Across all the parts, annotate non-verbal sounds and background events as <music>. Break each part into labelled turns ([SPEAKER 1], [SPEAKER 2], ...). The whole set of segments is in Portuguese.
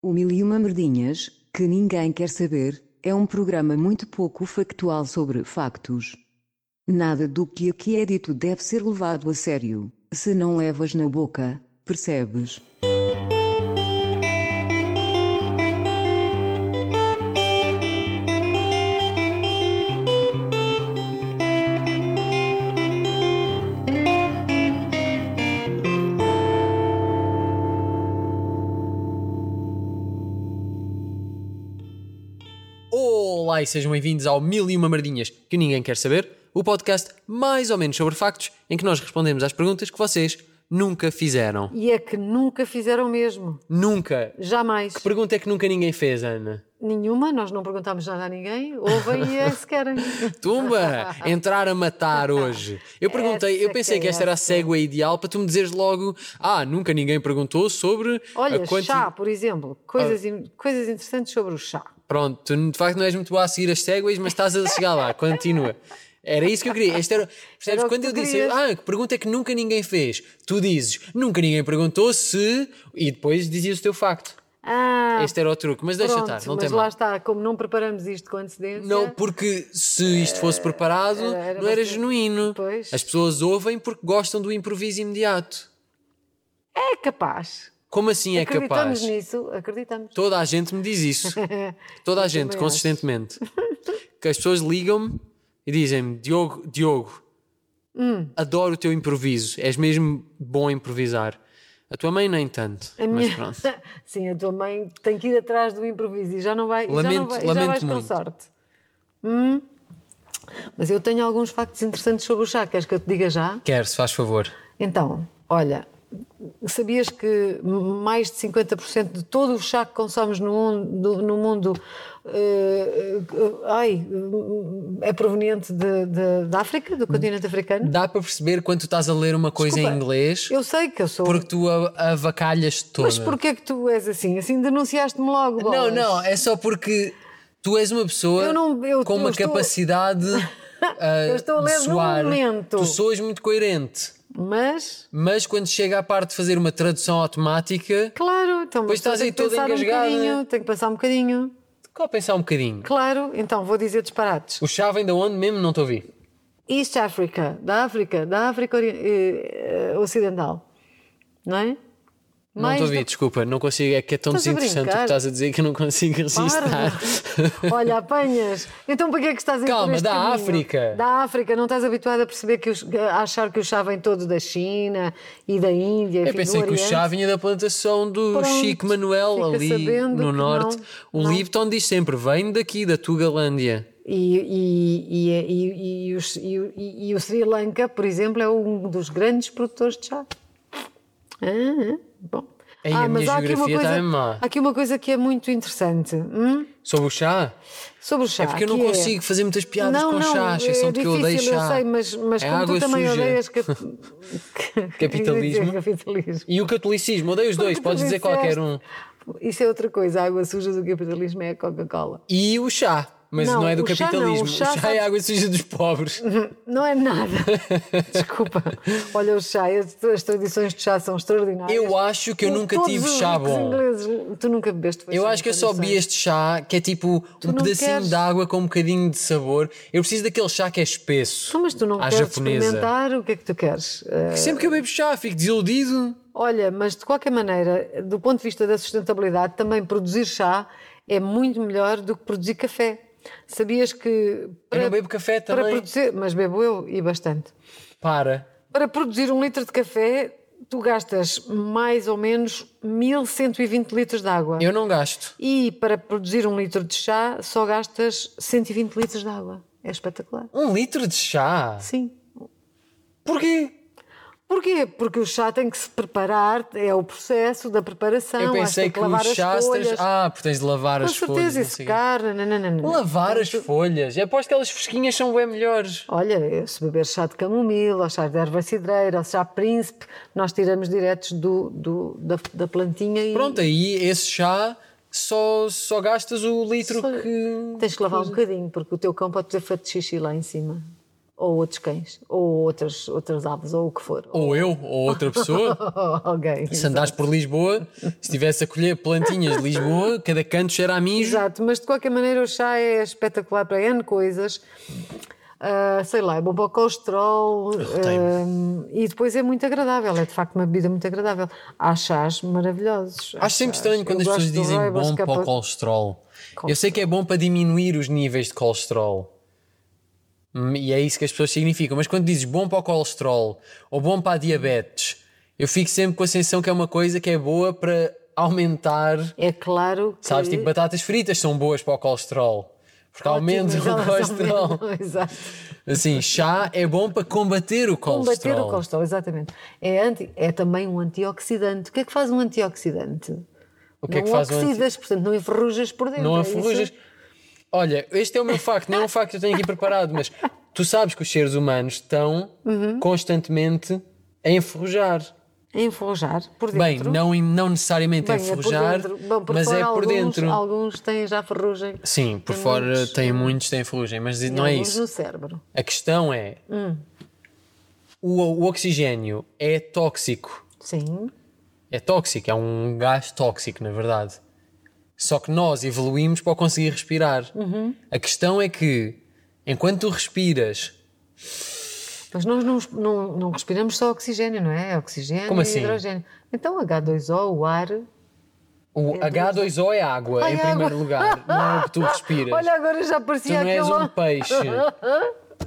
[SPEAKER 1] O Um Mil e Uma Merdinhas, que ninguém quer saber, é um programa muito pouco factual sobre factos. Nada do que aqui é dito deve ser levado a sério, se não levas na boca, percebes?
[SPEAKER 2] Olá e sejam bem-vindos ao Mil e Uma Merdinhas que Ninguém Quer Saber, o podcast mais ou menos sobre factos em que nós respondemos às perguntas que vocês nunca fizeram.
[SPEAKER 3] E é que nunca fizeram mesmo.
[SPEAKER 2] Nunca!
[SPEAKER 3] Jamais.
[SPEAKER 2] Que pergunta é que nunca ninguém fez, Ana?
[SPEAKER 3] Nenhuma, nós não perguntámos nada a ninguém. Ouvem e é se querem.
[SPEAKER 2] <laughs> Tumba! Entrar a matar hoje. Eu perguntei, eu
[SPEAKER 3] Essa
[SPEAKER 2] pensei
[SPEAKER 3] que
[SPEAKER 2] que
[SPEAKER 3] é
[SPEAKER 2] esta era a
[SPEAKER 3] essa.
[SPEAKER 2] cegua ideal para tu me dizeres logo: ah, nunca ninguém perguntou sobre
[SPEAKER 3] <laughs> Olha,
[SPEAKER 2] a quanti- Ah.
[SPEAKER 3] chá, por exemplo. Coisas, in- coisas interessantes sobre o chá.
[SPEAKER 2] Pronto, tu de facto não és muito boa a seguir as segues, mas estás a chegar lá, continua. Era isso que eu queria. Este era, percebes?
[SPEAKER 3] Era o que
[SPEAKER 2] Quando
[SPEAKER 3] tu
[SPEAKER 2] eu disse,
[SPEAKER 3] querias.
[SPEAKER 2] ah, que pergunta é que nunca ninguém fez? Tu dizes, nunca ninguém perguntou se. E depois dizias o teu facto.
[SPEAKER 3] Ah,
[SPEAKER 2] Este era o truque, mas deixa
[SPEAKER 3] pronto,
[SPEAKER 2] estar, não
[SPEAKER 3] mas
[SPEAKER 2] tem
[SPEAKER 3] lá
[SPEAKER 2] mal.
[SPEAKER 3] está, como não preparamos isto com antecedência.
[SPEAKER 2] Não, porque se isto fosse preparado,
[SPEAKER 3] era- Eh, era
[SPEAKER 2] não era
[SPEAKER 3] bastante-
[SPEAKER 2] genuíno.
[SPEAKER 3] Pois.
[SPEAKER 2] As pessoas ouvem porque gostam do improviso imediato.
[SPEAKER 3] É capaz.
[SPEAKER 2] Como assim é
[SPEAKER 3] acreditamos
[SPEAKER 2] capaz?
[SPEAKER 3] nisso, acreditamos.
[SPEAKER 2] Toda a gente me diz
[SPEAKER 3] <laughs>
[SPEAKER 2] isso. Toda a gente,
[SPEAKER 3] também
[SPEAKER 2] consistentemente. <laughs> que as pessoas ligam-me e dizem-me: Diogo, Diogo,
[SPEAKER 3] Hum.
[SPEAKER 2] adoro o teu improviso. És mesmo bom a improvisar. A tua mãe, nem tanto.
[SPEAKER 3] A
[SPEAKER 2] Mas
[SPEAKER 3] minha-
[SPEAKER 2] pronto.
[SPEAKER 3] <laughs> Sim, a tua mãe tem que ir atrás do improviso e já não vai. e já
[SPEAKER 2] Lamento-
[SPEAKER 3] não vai, e já
[SPEAKER 2] lamento
[SPEAKER 3] vais com
[SPEAKER 2] muito.
[SPEAKER 3] sorte. Hum. Mas eu tenho alguns factos interessantes sobre o chá, queres que eu te diga já?
[SPEAKER 2] Quero, se faz favor.
[SPEAKER 3] Então, olha, sabias que mais de 50% de todo o chá que consomos no mundo, no mundo eh, eh, ai, é proveniente de- de- da África,
[SPEAKER 2] Hum.
[SPEAKER 3] do continente africano?
[SPEAKER 2] Dá para perceber quando tu estás a ler uma coisa
[SPEAKER 3] Desculpa,
[SPEAKER 2] em inglês
[SPEAKER 3] Eu sei que eu sou.
[SPEAKER 2] porque tu a- avacalhas toda.
[SPEAKER 3] Mas porquê que tu és assim? Assim denunciaste-me logo,
[SPEAKER 2] Não,
[SPEAKER 3] bolas.
[SPEAKER 2] não, é só porque tu és uma pessoa
[SPEAKER 3] Eu não- eu-
[SPEAKER 2] com
[SPEAKER 3] eu
[SPEAKER 2] uma
[SPEAKER 3] estou-
[SPEAKER 2] capacidade. ah,
[SPEAKER 3] <laughs> Eu estou a ler
[SPEAKER 2] de
[SPEAKER 3] no
[SPEAKER 2] soar.
[SPEAKER 3] momento.
[SPEAKER 2] Tu soas muito coerente.
[SPEAKER 3] Mas,
[SPEAKER 2] Mas quando chega à parte de fazer uma tradução automática,
[SPEAKER 3] claro, então
[SPEAKER 2] Pois
[SPEAKER 3] mas
[SPEAKER 2] estás aí
[SPEAKER 3] tem que
[SPEAKER 2] toda
[SPEAKER 3] pensar
[SPEAKER 2] engasgada.
[SPEAKER 3] Um bocadinho, tem que pensar um bocadinho.
[SPEAKER 2] qual pensar um bocadinho?
[SPEAKER 3] Claro, então vou dizer disparates.
[SPEAKER 2] O chá vem de onde mesmo? Não te ouvi.
[SPEAKER 3] East Africa, da África, da África ori- eh, eh, Ocidental, não é?
[SPEAKER 2] Não te
[SPEAKER 3] do
[SPEAKER 2] ouvi,
[SPEAKER 3] que
[SPEAKER 2] desculpa, não consigo, é que é tão
[SPEAKER 3] Estás a
[SPEAKER 2] desinteressante o que
[SPEAKER 3] brincar?
[SPEAKER 2] estás a dizer que eu não consigo resistir.
[SPEAKER 3] parvo. <laughs> Olha, apanhas. Então para que é que estás a ir por
[SPEAKER 2] Calma,
[SPEAKER 3] este
[SPEAKER 2] da
[SPEAKER 3] caminho?
[SPEAKER 2] África.
[SPEAKER 3] Da África, não estás habituado a perceber que os- a achar que o chá vem todo da China e da Índia.
[SPEAKER 2] <laughs> Eu pensei que o chá vinha da plantação do
[SPEAKER 3] Pronto,
[SPEAKER 2] Chico Manuel
[SPEAKER 3] fica
[SPEAKER 2] ali
[SPEAKER 3] sabendo
[SPEAKER 2] no
[SPEAKER 3] que
[SPEAKER 2] norte.
[SPEAKER 3] não,
[SPEAKER 2] o
[SPEAKER 3] não.
[SPEAKER 2] Lipton diz sempre: vem daqui da Tugalândia.
[SPEAKER 3] E, e, e, e, e, os- e o- e- e o Sri Lanka, por exemplo, é um dos grandes produtores de chá. Ah, ah, bom. Ah,
[SPEAKER 2] Ei, a minha geografia está bem má.
[SPEAKER 3] há aqui uma coisa que é muito interessante hum?
[SPEAKER 2] Sobre o chá?
[SPEAKER 3] sobre o chá.
[SPEAKER 2] é porque eu não
[SPEAKER 3] que
[SPEAKER 2] consigo fazer muitas piadas
[SPEAKER 3] não,
[SPEAKER 2] com
[SPEAKER 3] não,
[SPEAKER 2] chá, à exceção
[SPEAKER 3] é
[SPEAKER 2] de que eu odeio
[SPEAKER 3] difícil,
[SPEAKER 2] chá.
[SPEAKER 3] Eu sei, mas, mas
[SPEAKER 2] é
[SPEAKER 3] como
[SPEAKER 2] água
[SPEAKER 3] tu também
[SPEAKER 2] suja. <laughs>
[SPEAKER 3] odeias cap... que-
[SPEAKER 2] Capitalismo.
[SPEAKER 3] <laughs> capitalismo.
[SPEAKER 2] E o catolicismo, odeio os dois,
[SPEAKER 3] Porque tu
[SPEAKER 2] podes dizer qualquer
[SPEAKER 3] disseste-
[SPEAKER 2] um.
[SPEAKER 3] Isso é outra coisa, a água suja do capitalismo é a Coca-Cola.
[SPEAKER 2] E o chá, mas não,
[SPEAKER 3] Não,
[SPEAKER 2] é do
[SPEAKER 3] o chá não,
[SPEAKER 2] capitalismo.
[SPEAKER 3] o chá
[SPEAKER 2] o chá
[SPEAKER 3] sabe-
[SPEAKER 2] é água suja dos
[SPEAKER 3] <laughs>
[SPEAKER 2] pobres.
[SPEAKER 3] Não
[SPEAKER 2] <laughs>
[SPEAKER 3] é nada. Desculpa. Olha o chá, as, as tradições de chá são extraordinárias.
[SPEAKER 2] Eu acho que eu nunca
[SPEAKER 3] Todos
[SPEAKER 2] tive
[SPEAKER 3] os
[SPEAKER 2] chá
[SPEAKER 3] ricos
[SPEAKER 2] bom.
[SPEAKER 3] ingleses- tu nunca bebeste foi
[SPEAKER 2] Eu
[SPEAKER 3] chá,
[SPEAKER 2] acho que eu só
[SPEAKER 3] tradições.
[SPEAKER 2] vi este chá que é tipo um
[SPEAKER 3] não
[SPEAKER 2] pedacinho
[SPEAKER 3] queres?
[SPEAKER 2] de água com um bocadinho de sabor. Eu preciso daquele chá que é espesso.
[SPEAKER 3] Então, Mas tu não
[SPEAKER 2] à
[SPEAKER 3] queres
[SPEAKER 2] japonesa.
[SPEAKER 3] experimentar o que é que tu queres? Eh,
[SPEAKER 2] Sempre que eu bebo chá, fico desiludido.
[SPEAKER 3] Olha, mas de qualquer maneira, do ponto de vista da sustentabilidade, também produzir chá é muito melhor do que produzir café. Sabias que.
[SPEAKER 2] Eu não bebo café
[SPEAKER 3] para
[SPEAKER 2] também.
[SPEAKER 3] produzir, mas bebo eu e bastante.
[SPEAKER 2] Para.
[SPEAKER 3] Para produzir um litro de café, tu gastas mais ou menos 1120 litros de água.
[SPEAKER 2] Eu não gasto.
[SPEAKER 3] E para produzir um litro de chá, só gastas 120 litros de água. É espetacular.
[SPEAKER 2] Um litro de chá?
[SPEAKER 3] Sim.
[SPEAKER 2] Porquê?
[SPEAKER 3] Porquê? Porque o chá tem que se preparar, é o processo da preparação.
[SPEAKER 2] Eu
[SPEAKER 3] has de
[SPEAKER 2] pensei
[SPEAKER 3] ter
[SPEAKER 2] que
[SPEAKER 3] lavar
[SPEAKER 2] os
[SPEAKER 3] as
[SPEAKER 2] chás.
[SPEAKER 3] folhas.
[SPEAKER 2] tens- Ah, porque tens de lavar
[SPEAKER 3] Com
[SPEAKER 2] as folhas.
[SPEAKER 3] certeza,
[SPEAKER 2] não
[SPEAKER 3] e
[SPEAKER 2] sei o quê.
[SPEAKER 3] secar. Não, não, não, não.
[SPEAKER 2] Lavar as folhas. Eu aposto que elas fresquinhas são bem melhores.
[SPEAKER 3] Olha, se beber chá de camomila, ou chá de erva cidreira, ou chá príncipe, nós tiramos diretos do, do- da, da plantinha e
[SPEAKER 2] Pronto, aí esse chá só, só gastas o litro
[SPEAKER 3] Só-
[SPEAKER 2] que.
[SPEAKER 3] tens que lavar um bocadinho, porque o teu cão pode ter feito xixi lá em cima. ou outros cães, ou outras, outras aves, ou o que for.
[SPEAKER 2] Ou um eu, ou outra
[SPEAKER 3] <laughs>
[SPEAKER 2] pessoa.
[SPEAKER 3] alguém.
[SPEAKER 2] Se andares por Lisboa, se estivesse a colher plantinhas de Lisboa, cada canto cheira a mijo.
[SPEAKER 3] Exato, mas de qualquer maneira o chá é espetacular para N coisas. Ah, sei lá, é bom para o colesterol
[SPEAKER 2] retiro-me.
[SPEAKER 3] ah, e depois é muito agradável, é de facto uma bebida muito agradável. Há chás maravilhosos. Há
[SPEAKER 2] Acho sempre
[SPEAKER 3] chás.
[SPEAKER 2] estranho quando
[SPEAKER 3] Eu
[SPEAKER 2] as pessoas
[SPEAKER 3] gosto do
[SPEAKER 2] dizem
[SPEAKER 3] Rooibos,
[SPEAKER 2] bom
[SPEAKER 3] que é
[SPEAKER 2] para o colesterol. Eu sei que é bom para diminuir os níveis de colesterol. Hum, E é isso que as pessoas significam. Mas quando dizes bom para o colesterol ou bom para a diabetes, eu fico sempre com a sensação que é uma coisa que é boa para aumentar.
[SPEAKER 3] É claro que.
[SPEAKER 2] Sabes, tipo, batatas fritas são boas para o colesterol. Porque
[SPEAKER 3] Uhum. Ótimo, <laughs>
[SPEAKER 2] aumentam
[SPEAKER 3] mas
[SPEAKER 2] o
[SPEAKER 3] elas
[SPEAKER 2] colesterol.
[SPEAKER 3] aumentam, Exato.
[SPEAKER 2] Assim, chá é bom para combater o
[SPEAKER 3] Combater
[SPEAKER 2] colesterol.
[SPEAKER 3] o colesterol, exatamente. É, anti, é também um antioxidante. O que é que faz um antioxidante?
[SPEAKER 2] O que é
[SPEAKER 3] não
[SPEAKER 2] que faz um anti-
[SPEAKER 3] oxidas, portanto, não enferrujas por dentro.
[SPEAKER 2] Não
[SPEAKER 3] é
[SPEAKER 2] há
[SPEAKER 3] isso?
[SPEAKER 2] ferrugas. Olha, este é o meu facto,
[SPEAKER 3] <laughs>
[SPEAKER 2] não é um facto que eu tenho aqui preparado, mas tu sabes que os seres humanos estão
[SPEAKER 3] Uhum.
[SPEAKER 2] constantemente a enferrujar.
[SPEAKER 3] Enferrujar por dentro.
[SPEAKER 2] Bem, não, em- não necessariamente a
[SPEAKER 3] Bem, é por
[SPEAKER 2] enferrujar,
[SPEAKER 3] dentro. Bom, por
[SPEAKER 2] mas
[SPEAKER 3] fora
[SPEAKER 2] é por
[SPEAKER 3] alguns,
[SPEAKER 2] dentro.
[SPEAKER 3] Alguns têm já ferrugem.
[SPEAKER 2] Sim, por
[SPEAKER 3] Tem
[SPEAKER 2] fora
[SPEAKER 3] muitos-
[SPEAKER 2] tem muitos têm ferrugem, mas
[SPEAKER 3] tem
[SPEAKER 2] não é
[SPEAKER 3] alguns
[SPEAKER 2] isso.
[SPEAKER 3] no Hum. cérebro.
[SPEAKER 2] A questão é: o, o oxigênio é tóxico.
[SPEAKER 3] Sim.
[SPEAKER 2] É tóxico, é um gás tóxico, na verdade. Só que nós evoluímos para conseguir respirar.
[SPEAKER 3] Uhum.
[SPEAKER 2] A questão é que, enquanto tu respiras
[SPEAKER 3] Mas nós não, não, não respiramos só oxigênio, não é? É Oxigênio
[SPEAKER 2] Como
[SPEAKER 3] e
[SPEAKER 2] assim?
[SPEAKER 3] hidrogênio. Então, H2O, o ar.
[SPEAKER 2] O H2O é água,
[SPEAKER 3] Ai,
[SPEAKER 2] em
[SPEAKER 3] água.
[SPEAKER 2] primeiro lugar. Não é o
[SPEAKER 3] <laughs>
[SPEAKER 2] que tu respiras.
[SPEAKER 3] Olha, agora já
[SPEAKER 2] tu
[SPEAKER 3] parecia
[SPEAKER 2] não és
[SPEAKER 3] aquele.
[SPEAKER 2] um peixe.
[SPEAKER 3] <laughs>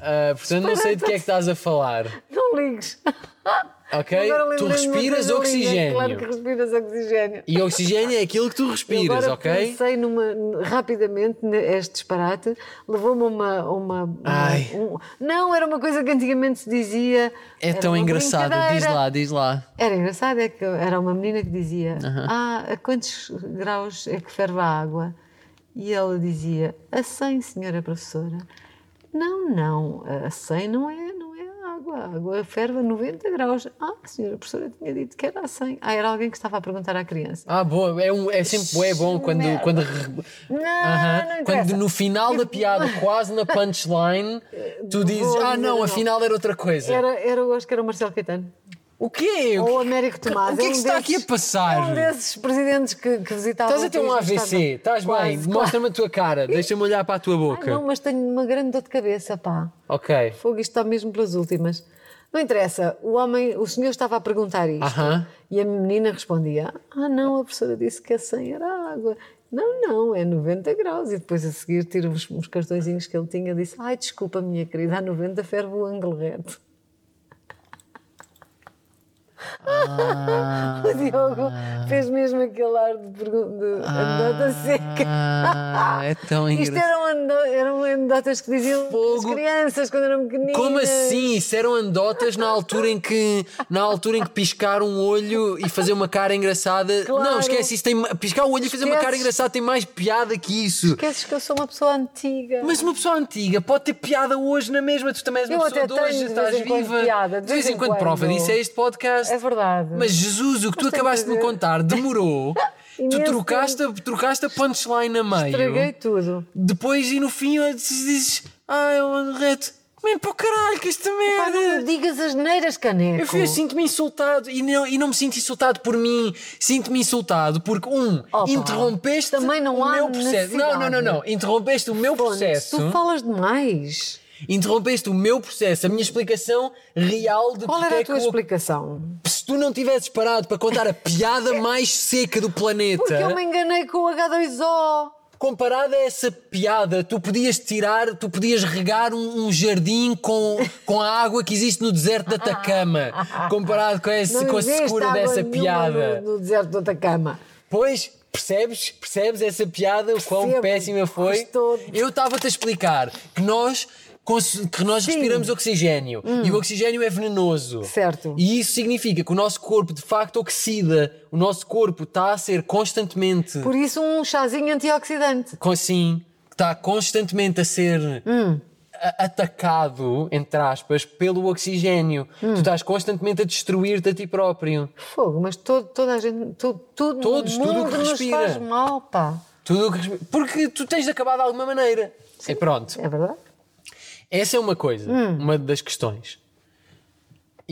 [SPEAKER 2] Ah, portanto, não sei de que é que estás a falar.
[SPEAKER 3] Não ligues.
[SPEAKER 2] Ok?
[SPEAKER 3] Agora lembrei-me de
[SPEAKER 2] tu
[SPEAKER 3] uma
[SPEAKER 2] respiras
[SPEAKER 3] coisa linda.
[SPEAKER 2] oxigênio.
[SPEAKER 3] Claro que respiras oxigênio.
[SPEAKER 2] E oxigênio é aquilo que tu
[SPEAKER 3] Eu
[SPEAKER 2] respiras,
[SPEAKER 3] agora
[SPEAKER 2] ok?
[SPEAKER 3] Pensei numa, rapidamente neste disparate, levou-me uma. uma uma-
[SPEAKER 2] Ai.
[SPEAKER 3] um- não, era uma coisa que antigamente se dizia.
[SPEAKER 2] É
[SPEAKER 3] era
[SPEAKER 2] tão
[SPEAKER 3] uma
[SPEAKER 2] engraçado. Diz
[SPEAKER 3] brincadeira.
[SPEAKER 2] lá, diz lá.
[SPEAKER 3] Era engraçado, é que era uma menina que dizia: Ah, a quantos graus é que ferve a água? E ela dizia: A 100, senhora professora. Não, não, a 100 não é, não é a água. A água ferve a 90 graus. Ah, a senhora professora tinha dito que era a 100. Ah, era alguém que estava a perguntar à criança.
[SPEAKER 2] Ah, boa. É, um- é sempre é bom quando.
[SPEAKER 3] Merda.
[SPEAKER 2] quando...
[SPEAKER 3] Não,
[SPEAKER 2] Aham.
[SPEAKER 3] não
[SPEAKER 2] Quando
[SPEAKER 3] interessa.
[SPEAKER 2] no final da
[SPEAKER 3] <laughs>
[SPEAKER 2] piada, quase na punchline, tu dizes:
[SPEAKER 3] Vou
[SPEAKER 2] Ah,
[SPEAKER 3] dizer
[SPEAKER 2] não,
[SPEAKER 3] não."
[SPEAKER 2] afinal era outra coisa.
[SPEAKER 3] Era, era, eu acho que era o Marcelo Caetano.
[SPEAKER 2] O quê?
[SPEAKER 3] Ou o Américo Tomás.
[SPEAKER 2] O que é que
[SPEAKER 3] um
[SPEAKER 2] está aqui a
[SPEAKER 3] desses-
[SPEAKER 2] passar?
[SPEAKER 3] Um desses presidentes que, que visitavam.
[SPEAKER 2] Estás a ter um
[SPEAKER 3] o país, mas
[SPEAKER 2] AVC,
[SPEAKER 3] estava-
[SPEAKER 2] estás bem,
[SPEAKER 3] Quase, quase.
[SPEAKER 2] mostra-me a tua
[SPEAKER 3] <laughs>
[SPEAKER 2] cara, deixa-me olhar para a tua
[SPEAKER 3] Ai,
[SPEAKER 2] boca.
[SPEAKER 3] não, mas tenho uma grande dor de cabeça, pá.
[SPEAKER 2] ok.
[SPEAKER 3] Fogo, isto está mesmo pelas últimas. Não interessa, o homem, o senhor estava a perguntar isto
[SPEAKER 2] Aham.
[SPEAKER 3] e a menina respondia: Ah, não, a professora disse que a 100 era água. Não, não, é 90 graus. E depois a seguir tira os, os cartõezinhos que ele tinha e disse: Ai, desculpa, minha querida, a 90 ferve o ângulo reto.
[SPEAKER 2] Ah.
[SPEAKER 3] <laughs> O Diogo fez mesmo aquele ar de, pergun- de anedota seca.
[SPEAKER 2] Ah, é Ah. tão
[SPEAKER 3] Isto
[SPEAKER 2] engraçado.
[SPEAKER 3] eram, ando- eram anedotas que diziam as
[SPEAKER 2] Fogo.
[SPEAKER 3] crianças quando eram pequeninas.
[SPEAKER 2] Como assim? Isso eram anedotas na altura em que na altura em que piscar um olho e fazer uma cara engraçada.
[SPEAKER 3] Claro.
[SPEAKER 2] Não, esquece isso. Tem, ma- piscar o olho e fazer uma cara
[SPEAKER 3] Esqueces.
[SPEAKER 2] engraçada tem mais piada que isso.
[SPEAKER 3] Esqueces que eu sou uma pessoa antiga.
[SPEAKER 2] Mas uma pessoa antiga pode ter piada hoje na mesma. Tu também és uma
[SPEAKER 3] Eu
[SPEAKER 2] pessoa de
[SPEAKER 3] até
[SPEAKER 2] hoje,
[SPEAKER 3] tenho de
[SPEAKER 2] estás
[SPEAKER 3] vez em quando
[SPEAKER 2] viva.
[SPEAKER 3] piada, de
[SPEAKER 2] de vez em quando, prova
[SPEAKER 3] quando.
[SPEAKER 2] disso é este podcast.
[SPEAKER 3] É verdade.
[SPEAKER 2] Mas Jesus, o que tu
[SPEAKER 3] Mas tenho
[SPEAKER 2] acabaste
[SPEAKER 3] que
[SPEAKER 2] de me
[SPEAKER 3] dizer.
[SPEAKER 2] contar
[SPEAKER 3] <laughs>
[SPEAKER 2] demorou. tu
[SPEAKER 3] Imenso
[SPEAKER 2] trocaste, a- trocaste a punchline a meio.
[SPEAKER 3] Estraguei tudo.
[SPEAKER 2] Depois e no fim ó, dizes, dizes ah, eu ando reto. Mano, para o caralho, que esta
[SPEAKER 3] Pá, não me
[SPEAKER 2] merda.
[SPEAKER 3] digas as neiras, caneco.
[SPEAKER 2] Eu, fui- assim eu sinto-me insultado e não, e não me sinto insultado por mim. Sinto-me insultado porque, um,
[SPEAKER 3] Opa,
[SPEAKER 2] interrompeste
[SPEAKER 3] também não
[SPEAKER 2] o
[SPEAKER 3] há
[SPEAKER 2] meu processo. Não, não, não, não.
[SPEAKER 3] necessidade.
[SPEAKER 2] Interrompeste o meu
[SPEAKER 3] Fónix,
[SPEAKER 2] processo.
[SPEAKER 3] Tu falas demais.
[SPEAKER 2] Interrompeste o meu processo, a minha explicação real de
[SPEAKER 3] Qual
[SPEAKER 2] porque
[SPEAKER 3] era
[SPEAKER 2] é
[SPEAKER 3] a tua
[SPEAKER 2] que o
[SPEAKER 3] explicação?
[SPEAKER 2] se tu não tivesses parado para contar a piada mais seca do
[SPEAKER 3] Porque eu
[SPEAKER 2] planeta,
[SPEAKER 3] me enganei com o H2O.
[SPEAKER 2] comparada a essa piada, tu podias tirar, tu podias regar um, um jardim com, com a água que existe no deserto
[SPEAKER 3] <laughs>
[SPEAKER 2] da Atacama, comparado com, esse,
[SPEAKER 3] Não
[SPEAKER 2] com a
[SPEAKER 3] existe
[SPEAKER 2] secura
[SPEAKER 3] água
[SPEAKER 2] dessa
[SPEAKER 3] nenhuma
[SPEAKER 2] piada.
[SPEAKER 3] No, no deserto de Atacama.
[SPEAKER 2] Pois, percebes? Percebes essa piada, o quão
[SPEAKER 3] Percebo.
[SPEAKER 2] péssima foi?
[SPEAKER 3] Gostou.
[SPEAKER 2] Eu estava-te a explicar que nós. cons- Que nós respiramos oxigênio e o oxigênio é venenoso.
[SPEAKER 3] Hum. Certo.
[SPEAKER 2] E isso significa que o nosso corpo de facto oxida. O nosso corpo está a ser constantemente.
[SPEAKER 3] Por isso, um chazinho antioxidante.
[SPEAKER 2] com- Sim, está constantemente a ser.
[SPEAKER 3] Hum.
[SPEAKER 2] a- Atacado, entre aspas, pelo oxigênio.
[SPEAKER 3] Hum.
[SPEAKER 2] Tu estás constantemente a destruir-te a ti próprio.
[SPEAKER 3] Fogo, mas todo, toda a gente. Tudo, tudo no
[SPEAKER 2] Todos, tudo o que
[SPEAKER 3] mundo nos
[SPEAKER 2] respira.
[SPEAKER 3] faz mal, pá.
[SPEAKER 2] Tudo o que respi- Porque tu tens de acabar de alguma maneira. E pronto.
[SPEAKER 3] É verdade?
[SPEAKER 2] Essa é uma coisa,
[SPEAKER 3] Hum.
[SPEAKER 2] uma das questões.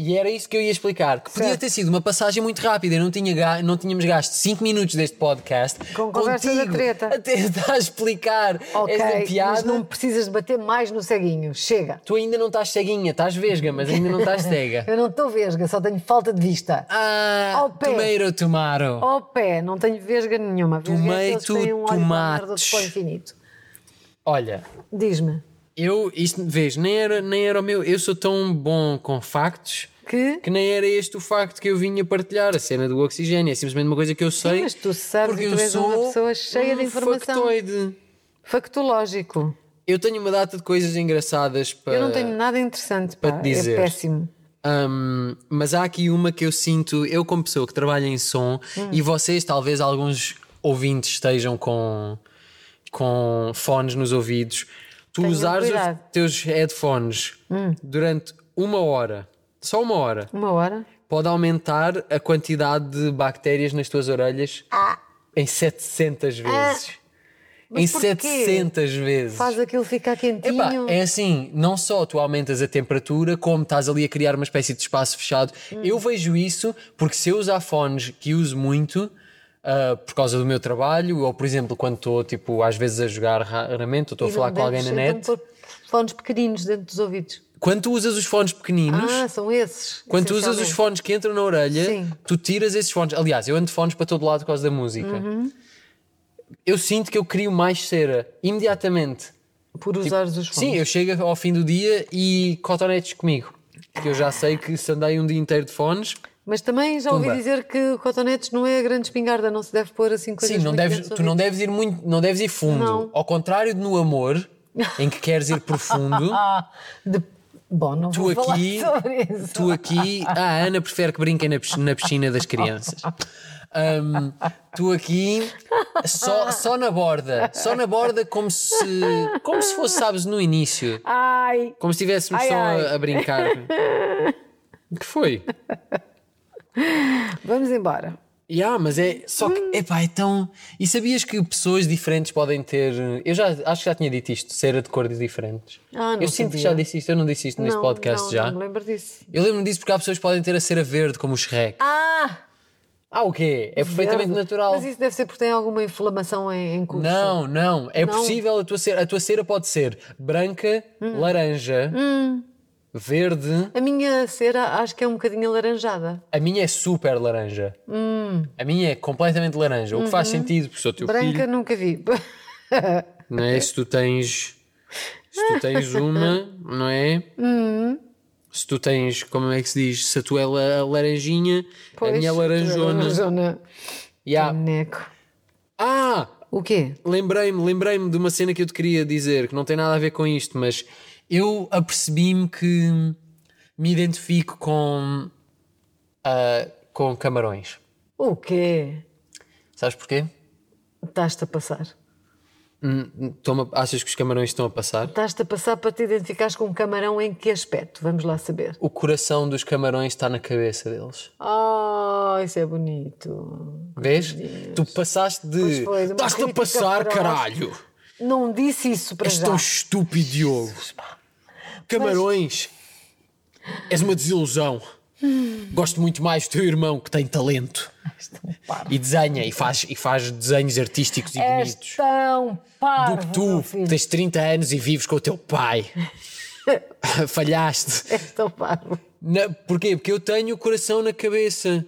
[SPEAKER 2] E era isso que eu ia explicar. Que podia
[SPEAKER 3] Certo.
[SPEAKER 2] ter sido uma passagem muito rápida. Eu não, tinha ga- não tínhamos gasto 5 minutos deste podcast
[SPEAKER 3] Com conversa da
[SPEAKER 2] contigo
[SPEAKER 3] treta.
[SPEAKER 2] a tentar <laughs> explicar
[SPEAKER 3] Ok,
[SPEAKER 2] esta
[SPEAKER 3] mas
[SPEAKER 2] piada.
[SPEAKER 3] não precisas de bater mais no ceguinho. Chega.
[SPEAKER 2] Tu ainda não estás ceguinha, estás vesga, mas ainda não estás
[SPEAKER 3] <laughs>
[SPEAKER 2] cega.
[SPEAKER 3] Eu não estou vesga, só tenho falta de vista.
[SPEAKER 2] Ah,
[SPEAKER 3] Ao pé.
[SPEAKER 2] tomato, tomaro.
[SPEAKER 3] Ao Oh, pé, não tenho vesga nenhuma. Vesga é aqueles que
[SPEAKER 2] Tomato,
[SPEAKER 3] têm um olho para o
[SPEAKER 2] tomates.
[SPEAKER 3] merda de pó infinito.
[SPEAKER 2] Olha,
[SPEAKER 3] Diz-me
[SPEAKER 2] eu, isto, vês, nem era, nem era o meu. Eu sou tão bom com factos
[SPEAKER 3] que...
[SPEAKER 2] que nem era este o facto que eu vinha partilhar. A cena do oxigênio é simplesmente uma coisa que eu sei.
[SPEAKER 3] mas tu sabes
[SPEAKER 2] porque
[SPEAKER 3] e tu
[SPEAKER 2] eu
[SPEAKER 3] és uma
[SPEAKER 2] sou
[SPEAKER 3] pessoa cheia de
[SPEAKER 2] um
[SPEAKER 3] informação.
[SPEAKER 2] factoide.
[SPEAKER 3] Factológico.
[SPEAKER 2] Eu tenho uma data de coisas engraçadas para.
[SPEAKER 3] Eu não tenho nada interessante, pá.
[SPEAKER 2] Eh, para te dizer.
[SPEAKER 3] É péssimo.
[SPEAKER 2] Ahm, um, mas há aqui uma que eu sinto, eu como pessoa que trabalha em som,
[SPEAKER 3] Hum.
[SPEAKER 2] e vocês, talvez alguns ouvintes, estejam com, com fones nos ouvidos. Tu
[SPEAKER 3] Tenham
[SPEAKER 2] usares os
[SPEAKER 3] cuidado. Hum.
[SPEAKER 2] teus headphones durante uma hora, só uma hora,
[SPEAKER 3] Uma hora.
[SPEAKER 2] pode aumentar a quantidade de bactérias nas tuas orelhas em 700 vezes.
[SPEAKER 3] Ah. Mas
[SPEAKER 2] em
[SPEAKER 3] porquê?
[SPEAKER 2] 700 vezes.
[SPEAKER 3] Faz um- aquilo ficar
[SPEAKER 2] Epá,
[SPEAKER 3] quentinho.
[SPEAKER 2] é assim, não só tu aumentas a temperatura, como estás ali a criar uma espécie de espaço fechado.
[SPEAKER 3] Hum.
[SPEAKER 2] Eu vejo isso porque se eu usar fones que uso muito, ah, por causa do meu trabalho, ou por exemplo, quando estou tipo, às vezes a jogar ra- raramente, ou estou a
[SPEAKER 3] E
[SPEAKER 2] falar
[SPEAKER 3] não
[SPEAKER 2] com alguém na
[SPEAKER 3] deves,
[SPEAKER 2] net.
[SPEAKER 3] então, pôr fones pequeninos dentro dos ouvidos.
[SPEAKER 2] Quando tu usas os fones pequeninos,
[SPEAKER 3] Ah, são esses.
[SPEAKER 2] quando tu usas os
[SPEAKER 3] essencialmente.
[SPEAKER 2] fones que entram na orelha,
[SPEAKER 3] Sim.
[SPEAKER 2] tu tiras esses fones. Aliás, eu ando de fones para todo lado por causa da música. Eu sinto que eu crio mais cera imediatamente.
[SPEAKER 3] Por usares os fones.
[SPEAKER 2] tipo, Sim, eu chego ao fim do dia e cotonetes comigo. Que eu já sei que se andei um dia inteiro de fones,
[SPEAKER 3] Mas também já ouvi
[SPEAKER 2] Pumba.
[SPEAKER 3] dizer que cotonetes não é a grande espingarda, não se deve pôr assim coisas
[SPEAKER 2] sim, não
[SPEAKER 3] muito
[SPEAKER 2] deves,
[SPEAKER 3] dentro dos
[SPEAKER 2] tu não
[SPEAKER 3] ouvidos.
[SPEAKER 2] deves ir muito, não deves ir fundo.
[SPEAKER 3] Não.
[SPEAKER 2] Ao contrário de no amor, em que queres ir
[SPEAKER 3] <laughs>
[SPEAKER 2] profundo,
[SPEAKER 3] Ah, de... Bom, não
[SPEAKER 2] tu
[SPEAKER 3] vou falar
[SPEAKER 2] aqui,
[SPEAKER 3] <laughs> sobre isso.
[SPEAKER 2] tu aqui, ah, a Ana prefere que brinquem na, pisc- na piscina das crianças. Ahm, tu aqui só, só na borda, só na borda como se como se fosse, sabes, no início.
[SPEAKER 3] Ai,
[SPEAKER 2] Como se estivéssemos
[SPEAKER 3] Ai,
[SPEAKER 2] só a-
[SPEAKER 3] ai.
[SPEAKER 2] a brincar. O que foi?
[SPEAKER 3] vamos embora.
[SPEAKER 2] Yeah, mas é só
[SPEAKER 3] Hum.
[SPEAKER 2] que, epá, então. E sabias que pessoas diferentes podem ter. Eu já acho que já tinha dito isto, cera de cores diferentes.
[SPEAKER 3] Ah, não
[SPEAKER 2] eu sinto que
[SPEAKER 3] sabia.
[SPEAKER 2] já disse isto, eu não disse isto neste
[SPEAKER 3] não,
[SPEAKER 2] podcast
[SPEAKER 3] não,
[SPEAKER 2] já.
[SPEAKER 3] Não me lembro disso.
[SPEAKER 2] Eu lembro-me disso porque há pessoas que podem ter a cera verde, como o Shrek.
[SPEAKER 3] Ah!
[SPEAKER 2] Ah, o quê? É perfeitamente
[SPEAKER 3] verde.
[SPEAKER 2] natural.
[SPEAKER 3] Mas isso deve ser porque tem alguma inflamação em, em curso.
[SPEAKER 2] Não, não. É
[SPEAKER 3] Não.
[SPEAKER 2] possível a tua cera. A tua cera pode ser branca, laranja, verde.
[SPEAKER 3] A minha cera acho que é um bocadinho alaranjada.
[SPEAKER 2] A minha é super laranja. A minha é completamente laranja. O que faz sentido, porque sou teu filho.
[SPEAKER 3] Branca nunca vi. <laughs>
[SPEAKER 2] não é? Se tu tens, se tu <laughs> tens uma, não é? Se tu tens, como é que se diz? Se a tua é la- a laranjinha, a minha é <laughs> laranjona.
[SPEAKER 3] Laranjona.
[SPEAKER 2] Yeah.
[SPEAKER 3] Boneco.
[SPEAKER 2] Ah!
[SPEAKER 3] O quê?
[SPEAKER 2] Lembrei-me, lembrei-me de uma cena que eu te queria dizer, que não tem nada a ver com isto, mas eu apercebi-me que me identifico com, ah, com camarões.
[SPEAKER 3] O quê?
[SPEAKER 2] Sabes porquê?
[SPEAKER 3] Estás-te a passar.
[SPEAKER 2] Hum, hum, toma- achas que os camarões estão a passar?
[SPEAKER 3] Estás-te a passar para te identificares com um camarão em que aspecto? Vamos lá saber.
[SPEAKER 2] O coração dos camarões está na cabeça deles.
[SPEAKER 3] Ah, isso é bonito.
[SPEAKER 2] Vês? Tu passaste de.
[SPEAKER 3] Pois foi, de uma
[SPEAKER 2] Estás-te a
[SPEAKER 3] crítica
[SPEAKER 2] passar,
[SPEAKER 3] feroz.
[SPEAKER 2] caralho!
[SPEAKER 3] Não disse isso para
[SPEAKER 2] És
[SPEAKER 3] já.
[SPEAKER 2] tão estúpido, Diogo! Camarões! És uma desilusão!
[SPEAKER 3] Hum.
[SPEAKER 2] Gosto muito mais do teu irmão que tem talento
[SPEAKER 3] Parvo.
[SPEAKER 2] e desenha e faz, e faz desenhos artísticos e
[SPEAKER 3] És
[SPEAKER 2] bonitos.
[SPEAKER 3] é tão parvo,
[SPEAKER 2] Do que
[SPEAKER 3] meu
[SPEAKER 2] tu, que
[SPEAKER 3] filho.
[SPEAKER 2] tens 30 anos e vives com o teu
[SPEAKER 3] <laughs>
[SPEAKER 2] pai. Falhaste.
[SPEAKER 3] És É tão parvo.
[SPEAKER 2] Na, porquê? Porque eu tenho o coração na cabeça.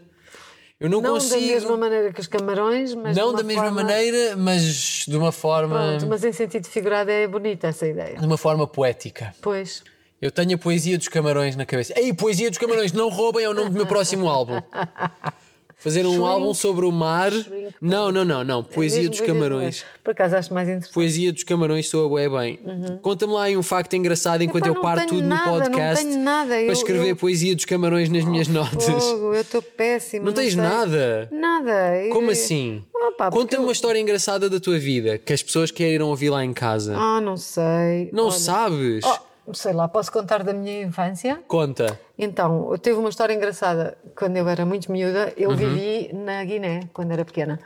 [SPEAKER 2] Eu não,
[SPEAKER 3] Não
[SPEAKER 2] consigo.
[SPEAKER 3] da mesma maneira que os camarões, mas de
[SPEAKER 2] não
[SPEAKER 3] uma
[SPEAKER 2] da mesma
[SPEAKER 3] forma-
[SPEAKER 2] maneira, mas de uma forma.
[SPEAKER 3] Pronto, mas em sentido figurado é bonita essa ideia.
[SPEAKER 2] de uma forma poética.
[SPEAKER 3] Pois. é
[SPEAKER 2] Eu tenho a poesia dos camarões na cabeça. Ei, poesia dos camarões, não roubem é o nome do meu próximo álbum.
[SPEAKER 3] <laughs>
[SPEAKER 2] Fazer um álbum sobre o mar. Não, não, não, não. Poesia
[SPEAKER 3] É Mesmo
[SPEAKER 2] dos
[SPEAKER 3] coisa de
[SPEAKER 2] camarões.
[SPEAKER 3] mulher. Por acaso acho mais interessante.
[SPEAKER 2] Poesia dos camarões soa é bem. Conta-me lá aí um facto engraçado enquanto
[SPEAKER 3] Uhum.
[SPEAKER 2] eu
[SPEAKER 3] Epá, não
[SPEAKER 2] paro
[SPEAKER 3] tenho
[SPEAKER 2] tudo
[SPEAKER 3] nada,
[SPEAKER 2] no
[SPEAKER 3] não
[SPEAKER 2] podcast
[SPEAKER 3] tenho nada. Eu-
[SPEAKER 2] para escrever
[SPEAKER 3] eu- Oh,
[SPEAKER 2] poesia dos camarões nas minhas notas.
[SPEAKER 3] Fogo, eu estou péssima.
[SPEAKER 2] <laughs> Não tens
[SPEAKER 3] sei.
[SPEAKER 2] nada?
[SPEAKER 3] Nada.
[SPEAKER 2] Como
[SPEAKER 3] E-
[SPEAKER 2] assim?
[SPEAKER 3] Ah, pá, porque
[SPEAKER 2] Conta-me
[SPEAKER 3] eu-
[SPEAKER 2] uma história engraçada da tua vida que as pessoas queiram ouvir lá em casa.
[SPEAKER 3] Ah, não sei.
[SPEAKER 2] não
[SPEAKER 3] Olha,
[SPEAKER 2] sabes?
[SPEAKER 3] oh, sei lá, posso contar da minha infância?
[SPEAKER 2] Conta.
[SPEAKER 3] Então, eu teve uma história engraçada. Quando eu era muito miúda,
[SPEAKER 2] Uhum.
[SPEAKER 3] eu vivi na Guiné, quando era pequena.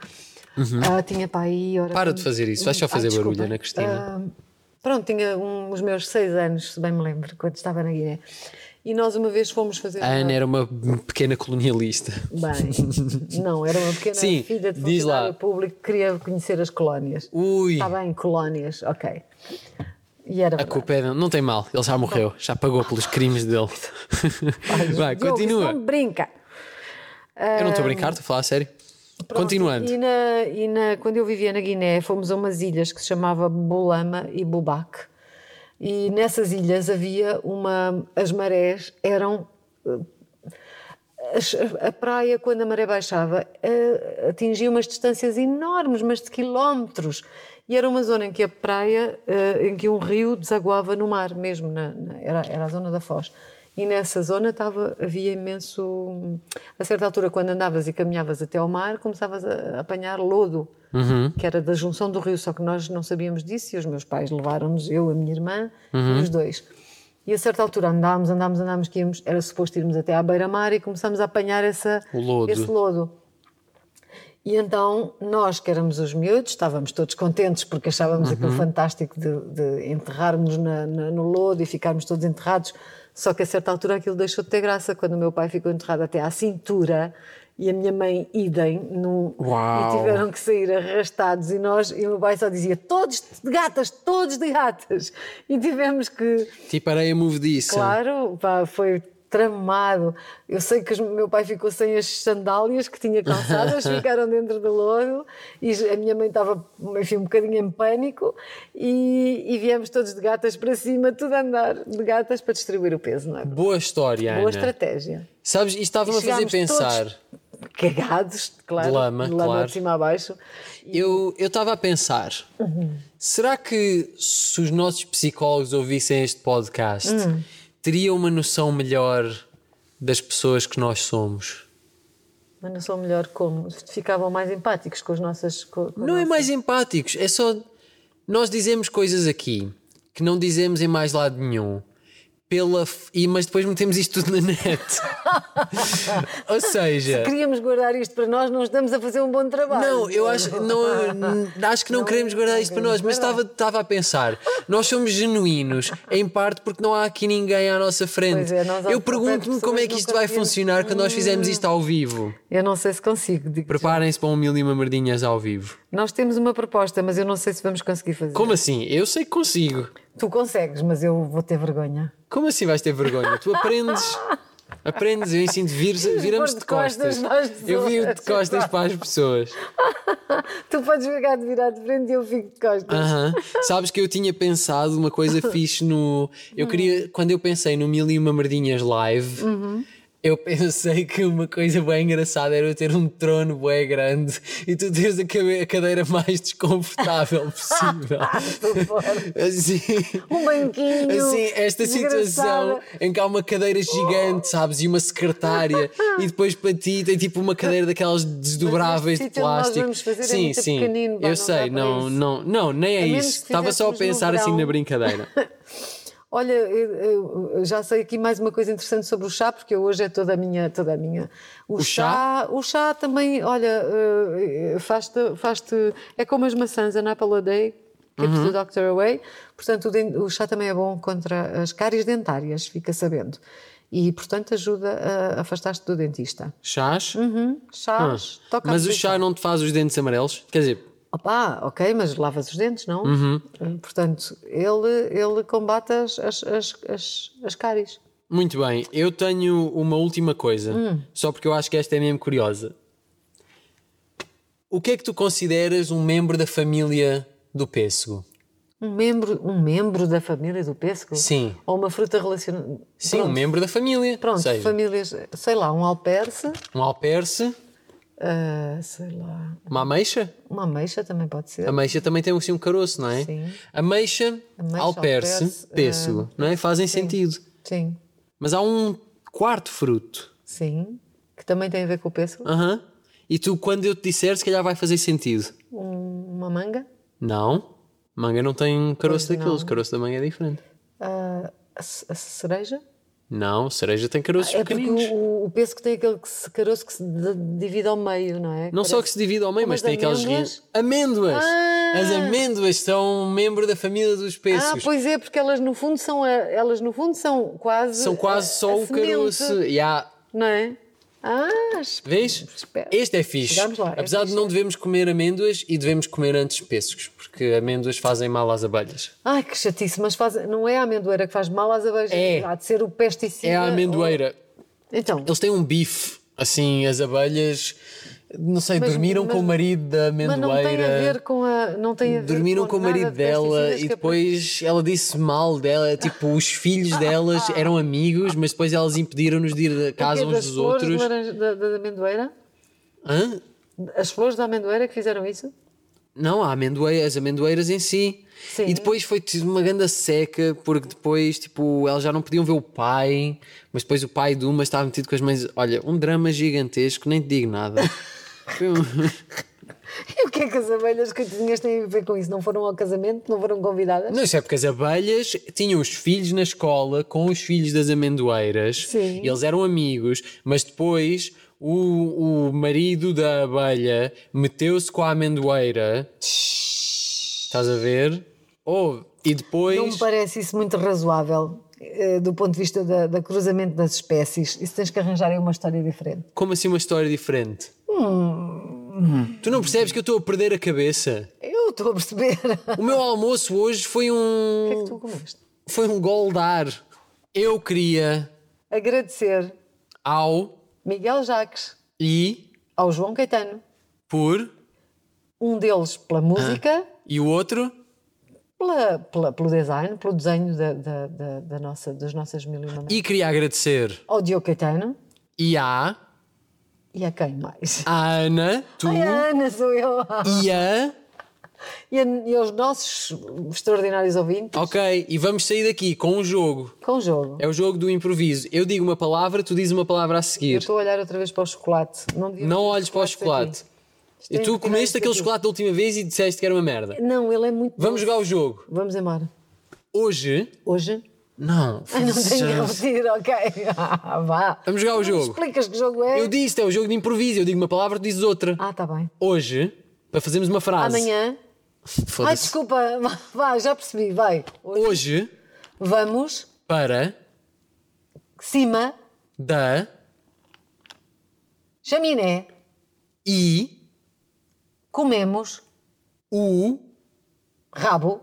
[SPEAKER 3] Ah, tinha pai aí. Ora, Ah,
[SPEAKER 2] Para de Uhum. fazer isso, vais só fazer barulho,
[SPEAKER 3] desculpa.
[SPEAKER 2] Ana Cristina.
[SPEAKER 3] Ah, Pronto, tinha um- os meus seis anos, se bem me lembro, quando estava na Guiné. E nós uma vez fomos fazer.
[SPEAKER 2] A Ana era uma pequena colonialista. <laughs>
[SPEAKER 3] Bem, não, era uma pequena
[SPEAKER 2] Sim,
[SPEAKER 3] filha de
[SPEAKER 2] diz lá.
[SPEAKER 3] funcionário público que queria conhecer as colónias.
[SPEAKER 2] Ui,
[SPEAKER 3] Está Tá bem, colónias, ok. E era
[SPEAKER 2] a
[SPEAKER 3] verdade.
[SPEAKER 2] culpa é dele. Não tem mal, ele
[SPEAKER 3] Então-
[SPEAKER 2] já morreu, já pagou pelos crimes
[SPEAKER 3] <laughs>
[SPEAKER 2] dele. Vai,
[SPEAKER 3] Diogo,
[SPEAKER 2] continua.
[SPEAKER 3] isso não brinca.
[SPEAKER 2] Eu não estou a brincar, estou a falar a sério.
[SPEAKER 3] Pronto,
[SPEAKER 2] Continuando.
[SPEAKER 3] E, na, e na- quando eu vivia na Guiné, fomos a umas ilhas que se chamava Bolama e Bubac. E nessas ilhas havia uma. As marés eram. eh, as- a praia, quando a maré baixava, eh, atingia umas distâncias enormes, mas de quilómetros. E era uma zona em que a praia, eh, em que um rio desaguava no mar, mesmo. na- na- era, era a zona da Foz. E nessa zona estava, havia imenso. A certa altura, quando andavas e caminhavas até ao mar, começavas a apanhar lodo, que era da junção do rio, só que nós não sabíamos disso e os meus pais levaram-nos, eu, a minha irmã e os dois. E a certa altura andámos, andámos, andámos, que íamos, era suposto irmos até à beira-mar e começámos a apanhar essa,
[SPEAKER 2] O lodo.
[SPEAKER 3] esse lodo. E então nós, que éramos os miúdos, estávamos todos contentes porque achávamos aquilo
[SPEAKER 2] Uhum.
[SPEAKER 3] fantástico de, de enterrarmos na- na- no lodo e ficarmos todos enterrados. Só que a certa altura aquilo deixou de ter graça quando o meu pai ficou enterrado até à cintura e a minha mãe idem num,
[SPEAKER 2] Uau.
[SPEAKER 3] e tiveram que sair arrastados e nós e o meu pai só dizia todos de gatas, todos de gatas e tivemos que
[SPEAKER 2] Tipo areia movediça.
[SPEAKER 3] Claro, pá, foi tramado. Eu sei que o meu pai ficou sem as sandálias que tinha
[SPEAKER 2] <laughs>
[SPEAKER 3] calçadas, ficaram dentro do lodo e a minha mãe estava, enfim, um bocadinho em pânico e, e viemos todos de gatas para cima, tudo a andar de gatas para distribuir o peso, não é?
[SPEAKER 2] Boa história,
[SPEAKER 3] Boa
[SPEAKER 2] Ana.
[SPEAKER 3] estratégia.
[SPEAKER 2] Sabes, isto estava-me a fazer
[SPEAKER 3] Chegámos
[SPEAKER 2] pensar.
[SPEAKER 3] todos Cagados, claro,
[SPEAKER 2] De lama, claro.
[SPEAKER 3] de cima a baixo.
[SPEAKER 2] Eu eu estava a pensar:
[SPEAKER 3] Uhum.
[SPEAKER 2] será que se os nossos psicólogos ouvissem este podcast,
[SPEAKER 3] Hum.
[SPEAKER 2] teriam uma noção melhor das pessoas que nós somos?
[SPEAKER 3] Mas não sou melhor como? Ficavam mais empáticos com as nossas. co- com
[SPEAKER 2] Não é mais empáticos, é só. Nós dizemos coisas aqui que não dizemos em mais lado nenhum. Pela f- e, mas depois metemos isto tudo na
[SPEAKER 3] <laughs>
[SPEAKER 2] net. Ou seja,
[SPEAKER 3] Queríamos guardar isto para nós, não estamos a fazer um bom trabalho.
[SPEAKER 2] Não, eu acho, não, n- acho que não, queremos guardar isto para nós, mas estava, estava a pensar, nós somos genuínos, em parte porque não há aqui ninguém à nossa frente.
[SPEAKER 3] Pois é, nós há
[SPEAKER 2] eu
[SPEAKER 3] poucas
[SPEAKER 2] pergunto-me como é que
[SPEAKER 3] pessoas
[SPEAKER 2] isto
[SPEAKER 3] nunca
[SPEAKER 2] vai
[SPEAKER 3] vimos.
[SPEAKER 2] funcionar quando nós fizermos isto ao vivo.
[SPEAKER 3] <laughs> Eu não sei se consigo. digo-te.
[SPEAKER 2] Preparem-se para um mil e uma merdinhas ao vivo.
[SPEAKER 3] Nós temos uma proposta, mas eu não sei se vamos conseguir fazer.
[SPEAKER 2] Como assim? Eu sei que consigo.
[SPEAKER 3] Tu consegues, mas eu vou ter vergonha.
[SPEAKER 2] Como assim vais ter vergonha? Tu aprendes. Aprendes, eu ensino-te, vir, viramos de
[SPEAKER 3] de costas
[SPEAKER 2] costas.
[SPEAKER 3] para as
[SPEAKER 2] eu viro de
[SPEAKER 3] pessoas.
[SPEAKER 2] costas para as pessoas.
[SPEAKER 3] Tu podes ficar de virar de frente e eu fico de costas.
[SPEAKER 2] Aham. Sabes que eu tinha pensado uma
[SPEAKER 3] <laughs>
[SPEAKER 2] coisa fixe no. Eu
[SPEAKER 3] Hum.
[SPEAKER 2] queria. Quando eu pensei no Mil e Uma Merdinhas Live,
[SPEAKER 3] Uhum.
[SPEAKER 2] eu pensei que uma coisa bem engraçada era eu ter um trono bem grande e tu teres a, cabe- a cadeira mais
[SPEAKER 3] <laughs>
[SPEAKER 2] desconfortável possível. assim.
[SPEAKER 3] Um banquinho.
[SPEAKER 2] Assim, esta situação
[SPEAKER 3] desgraçada.
[SPEAKER 2] em que há uma cadeira gigante, sabes? E uma secretária, e depois para ti tem tipo uma cadeira daquelas desdobráveis de
[SPEAKER 3] sítio onde nós
[SPEAKER 2] plástico.
[SPEAKER 3] vamos fazer é
[SPEAKER 2] sim,
[SPEAKER 3] muito
[SPEAKER 2] sim.
[SPEAKER 3] pequenino, pá,
[SPEAKER 2] eu
[SPEAKER 3] não dá
[SPEAKER 2] sei,
[SPEAKER 3] para
[SPEAKER 2] não,
[SPEAKER 3] isso.
[SPEAKER 2] não, não, nem é
[SPEAKER 3] A menos
[SPEAKER 2] isso.
[SPEAKER 3] que
[SPEAKER 2] Estava só a
[SPEAKER 3] fizéssemos no
[SPEAKER 2] pensar assim na
[SPEAKER 3] verão. <laughs>
[SPEAKER 2] brincadeira.
[SPEAKER 3] Olha, eu, eu já sei aqui mais uma coisa interessante sobre o chá, porque hoje é toda a minha. Toda a minha. O,
[SPEAKER 2] chá?
[SPEAKER 3] O chá também, olha, eh, faz-te. faz-te- é como as maçãs, an apple a day,
[SPEAKER 2] Uhum.
[SPEAKER 3] keeps the é doctor away. Portanto, o, den- o chá também é bom contra as cáries dentárias, fica sabendo. E, portanto, ajuda a afastar-te do dentista.
[SPEAKER 2] Chás?
[SPEAKER 3] Uhum. Chás, toca a
[SPEAKER 2] Ah, Mas o
[SPEAKER 3] posição.
[SPEAKER 2] chá não te faz os dentes amarelos? Quer dizer,
[SPEAKER 3] Opa, ok, mas lavas os dentes, não?
[SPEAKER 2] Uhum.
[SPEAKER 3] Eh, Portanto, ele, ele combate as, as, as, as, as cáries.
[SPEAKER 2] muito bem, eu tenho uma última coisa,
[SPEAKER 3] Hum.
[SPEAKER 2] só porque eu acho que esta é mesmo curiosa. O que é que tu consideras um membro da família do pêssego?
[SPEAKER 3] Um membro, um membro da família do pêssego?
[SPEAKER 2] Sim.
[SPEAKER 3] Ou uma fruta relacionada?
[SPEAKER 2] Sim,
[SPEAKER 3] Pronto,
[SPEAKER 2] um membro da família.
[SPEAKER 3] Pronto,
[SPEAKER 2] Seja,
[SPEAKER 3] famílias, sei lá, um alperce,
[SPEAKER 2] Um alperce,
[SPEAKER 3] ah, sei lá,
[SPEAKER 2] uma ameixa.
[SPEAKER 3] uma ameixa também pode ser.
[SPEAKER 2] A ameixa também tem assim, um caroço, não é?
[SPEAKER 3] Sim.
[SPEAKER 2] Ameixa,
[SPEAKER 3] Ameixa,
[SPEAKER 2] alperce,
[SPEAKER 3] alperce, ah,
[SPEAKER 2] pêssego, não é? Fazem sentido.
[SPEAKER 3] Sim,
[SPEAKER 2] Mas há um quarto fruto.
[SPEAKER 3] sim, que também tem a ver com o pêssego.
[SPEAKER 2] Aham. E tu, quando eu te disser, se calhar vai fazer sentido.
[SPEAKER 3] Um- uma manga,
[SPEAKER 2] Não. Manga não tem caroço
[SPEAKER 3] Pois
[SPEAKER 2] daqueles.
[SPEAKER 3] não.
[SPEAKER 2] Caroço da manga é diferente.
[SPEAKER 3] ah, a, ce- a cereja,
[SPEAKER 2] Não, cereja tem caroços
[SPEAKER 3] É porque
[SPEAKER 2] pequeninos.
[SPEAKER 3] o, o peso que tem aquele que se- caroço que se d- divide ao meio, não é?
[SPEAKER 2] Não só que
[SPEAKER 3] Parece-
[SPEAKER 2] se divide ao meio,
[SPEAKER 3] Como
[SPEAKER 2] mas
[SPEAKER 3] as
[SPEAKER 2] tem aquelas.
[SPEAKER 3] amêndoas?
[SPEAKER 2] Amêndoas!
[SPEAKER 3] Ah!
[SPEAKER 2] As amêndoas são um membro da família dos pêssegos.
[SPEAKER 3] Ah, pois é, porque elas no fundo são, a- elas no fundo são quase.
[SPEAKER 2] São quase
[SPEAKER 3] a-
[SPEAKER 2] só
[SPEAKER 3] eh, a
[SPEAKER 2] o
[SPEAKER 3] semente,
[SPEAKER 2] caroço. Yeah.
[SPEAKER 3] Não é? Ah, es-
[SPEAKER 2] Vês?
[SPEAKER 3] Espera.
[SPEAKER 2] Este é fixe.
[SPEAKER 3] Chegamos lá, é
[SPEAKER 2] Apesar de
[SPEAKER 3] fixe,
[SPEAKER 2] não
[SPEAKER 3] é.
[SPEAKER 2] devemos comer amêndoas e devemos comer antes pêssegos, porque amêndoas fazem mal às abelhas.
[SPEAKER 3] Ai, que chatice, mas faz, não é a amendoeira que faz mal às abelhas,
[SPEAKER 2] É.
[SPEAKER 3] há de ser o pesticida.
[SPEAKER 2] É a amendoeira.
[SPEAKER 3] ou- Então,
[SPEAKER 2] Eles têm um bife, assim, as abelhas, não sei,
[SPEAKER 3] Mas-
[SPEAKER 2] dormiram
[SPEAKER 3] mas-
[SPEAKER 2] com o marido da
[SPEAKER 3] mas
[SPEAKER 2] amendoeira.
[SPEAKER 3] não tem a ver com a. Não tem a ver
[SPEAKER 2] Dormiram com o
[SPEAKER 3] nada
[SPEAKER 2] marido
[SPEAKER 3] de
[SPEAKER 2] dela
[SPEAKER 3] pesticidas
[SPEAKER 2] e
[SPEAKER 3] que
[SPEAKER 2] depois ela disse mal dela. Tipo, os filhos
[SPEAKER 3] <laughs>
[SPEAKER 2] delas eram amigos, mas depois elas impediram-nos de ir a
[SPEAKER 3] apre-
[SPEAKER 2] casa
[SPEAKER 3] Porque é
[SPEAKER 2] uns
[SPEAKER 3] das
[SPEAKER 2] dos
[SPEAKER 3] flores
[SPEAKER 2] outros.
[SPEAKER 3] de laranja- Da, da- da amendoeira?
[SPEAKER 2] Hã?
[SPEAKER 3] As flores da amendoeira que fizeram isso?
[SPEAKER 2] Não, há amendoeiras, as amendoeiras em si.
[SPEAKER 3] Sim.
[SPEAKER 2] E depois foi tido uma grande seca, porque depois, tipo, elas já não podiam ver o pai, mas depois o pai de uma estava metido com as mães. Olha, um drama gigantesco, nem te digo
[SPEAKER 3] <laughs>
[SPEAKER 2] nada. Foi um-
[SPEAKER 3] <laughs> E o que é que as abelhas coitadinhas têm a ver com isso? Não foram ao casamento? Não foram convidadas?
[SPEAKER 2] Não, isso é porque as abelhas tinham os filhos na escola com os filhos das amendoeiras.
[SPEAKER 3] Sim.
[SPEAKER 2] E eles eram amigos, mas depois o, o marido da abelha meteu-se com a amendoeira. Estás a ver? Oh, e depois.
[SPEAKER 3] Não me parece isso muito razoável eh, do ponto de vista da, da cruzamento das espécies. Isso tens que arranjar aí uma história diferente.
[SPEAKER 2] Como assim uma história diferente?
[SPEAKER 3] Hum.
[SPEAKER 2] Tu não percebes que eu estou a perder a cabeça?
[SPEAKER 3] Eu estou a perceber. <laughs>
[SPEAKER 2] O meu almoço hoje foi
[SPEAKER 3] O que é que
[SPEAKER 2] um.
[SPEAKER 3] tu comeste?
[SPEAKER 2] Foi um goldar. Eu queria
[SPEAKER 3] Agradecer
[SPEAKER 2] ao
[SPEAKER 3] Miguel Jaques,
[SPEAKER 2] e
[SPEAKER 3] ao João Caetano,
[SPEAKER 2] por
[SPEAKER 3] um deles pela música,
[SPEAKER 2] e o outro
[SPEAKER 3] pela, pela- pelo design, pelo desenho da, da, da, da nossa, das nossas mil e uma mães.
[SPEAKER 2] e queria agradecer
[SPEAKER 3] Ao Diogo Caetano
[SPEAKER 2] e à,
[SPEAKER 3] e a quem mais?
[SPEAKER 2] à Ana, tu
[SPEAKER 3] Ai, a Ana sou eu.
[SPEAKER 2] e a.
[SPEAKER 3] E, a- e aos nossos extraordinários ouvintes
[SPEAKER 2] Ok, e vamos sair daqui com um jogo.
[SPEAKER 3] com o jogo.
[SPEAKER 2] É o jogo do improviso. Eu digo uma palavra, tu dizes uma palavra a
[SPEAKER 3] Eu
[SPEAKER 2] seguir.
[SPEAKER 3] estou a olhar outra vez para o chocolate. Não, devia
[SPEAKER 2] Não
[SPEAKER 3] ter
[SPEAKER 2] olhes para o
[SPEAKER 3] chocolates
[SPEAKER 2] chocolate.
[SPEAKER 3] aqui. Isto é
[SPEAKER 2] E tu
[SPEAKER 3] tem que tirar isto
[SPEAKER 2] comeste aquele
[SPEAKER 3] daqui.
[SPEAKER 2] chocolate da última vez e disseste que era uma merda.
[SPEAKER 3] Não, ele é muito.
[SPEAKER 2] Vamos
[SPEAKER 3] doce.
[SPEAKER 2] jogar o jogo.
[SPEAKER 3] Vamos embora.
[SPEAKER 2] Hoje.
[SPEAKER 3] Hoje? <laughs>
[SPEAKER 2] Não.
[SPEAKER 3] Ah, não tenho que repetir, ok. <laughs> Ah, Vá.
[SPEAKER 2] Vamos jogar o
[SPEAKER 3] Não me
[SPEAKER 2] jogo.
[SPEAKER 3] Explicas que jogo é.
[SPEAKER 2] Eu disse, é o jogo de improviso. Eu digo uma palavra, tu dizes outra.
[SPEAKER 3] Ah, tá bem.
[SPEAKER 2] Hoje, para fazermos uma frase.
[SPEAKER 3] Amanhã. Ai,
[SPEAKER 2] Foda-se.
[SPEAKER 3] desculpa. <laughs> Vá, Vá, já percebi. Vai.
[SPEAKER 2] Hoje,
[SPEAKER 3] Vamos.
[SPEAKER 2] para
[SPEAKER 3] Cima.
[SPEAKER 2] da
[SPEAKER 3] Chaminé.
[SPEAKER 2] i
[SPEAKER 3] Comemos.
[SPEAKER 2] u
[SPEAKER 3] Rabo.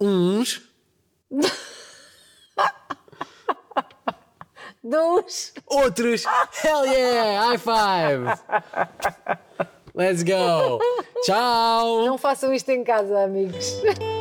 [SPEAKER 2] uns
[SPEAKER 3] Dos.
[SPEAKER 2] outros. Hell yeah! High five! Let's go! Tchau!
[SPEAKER 3] Não façam isto em casa, amigos.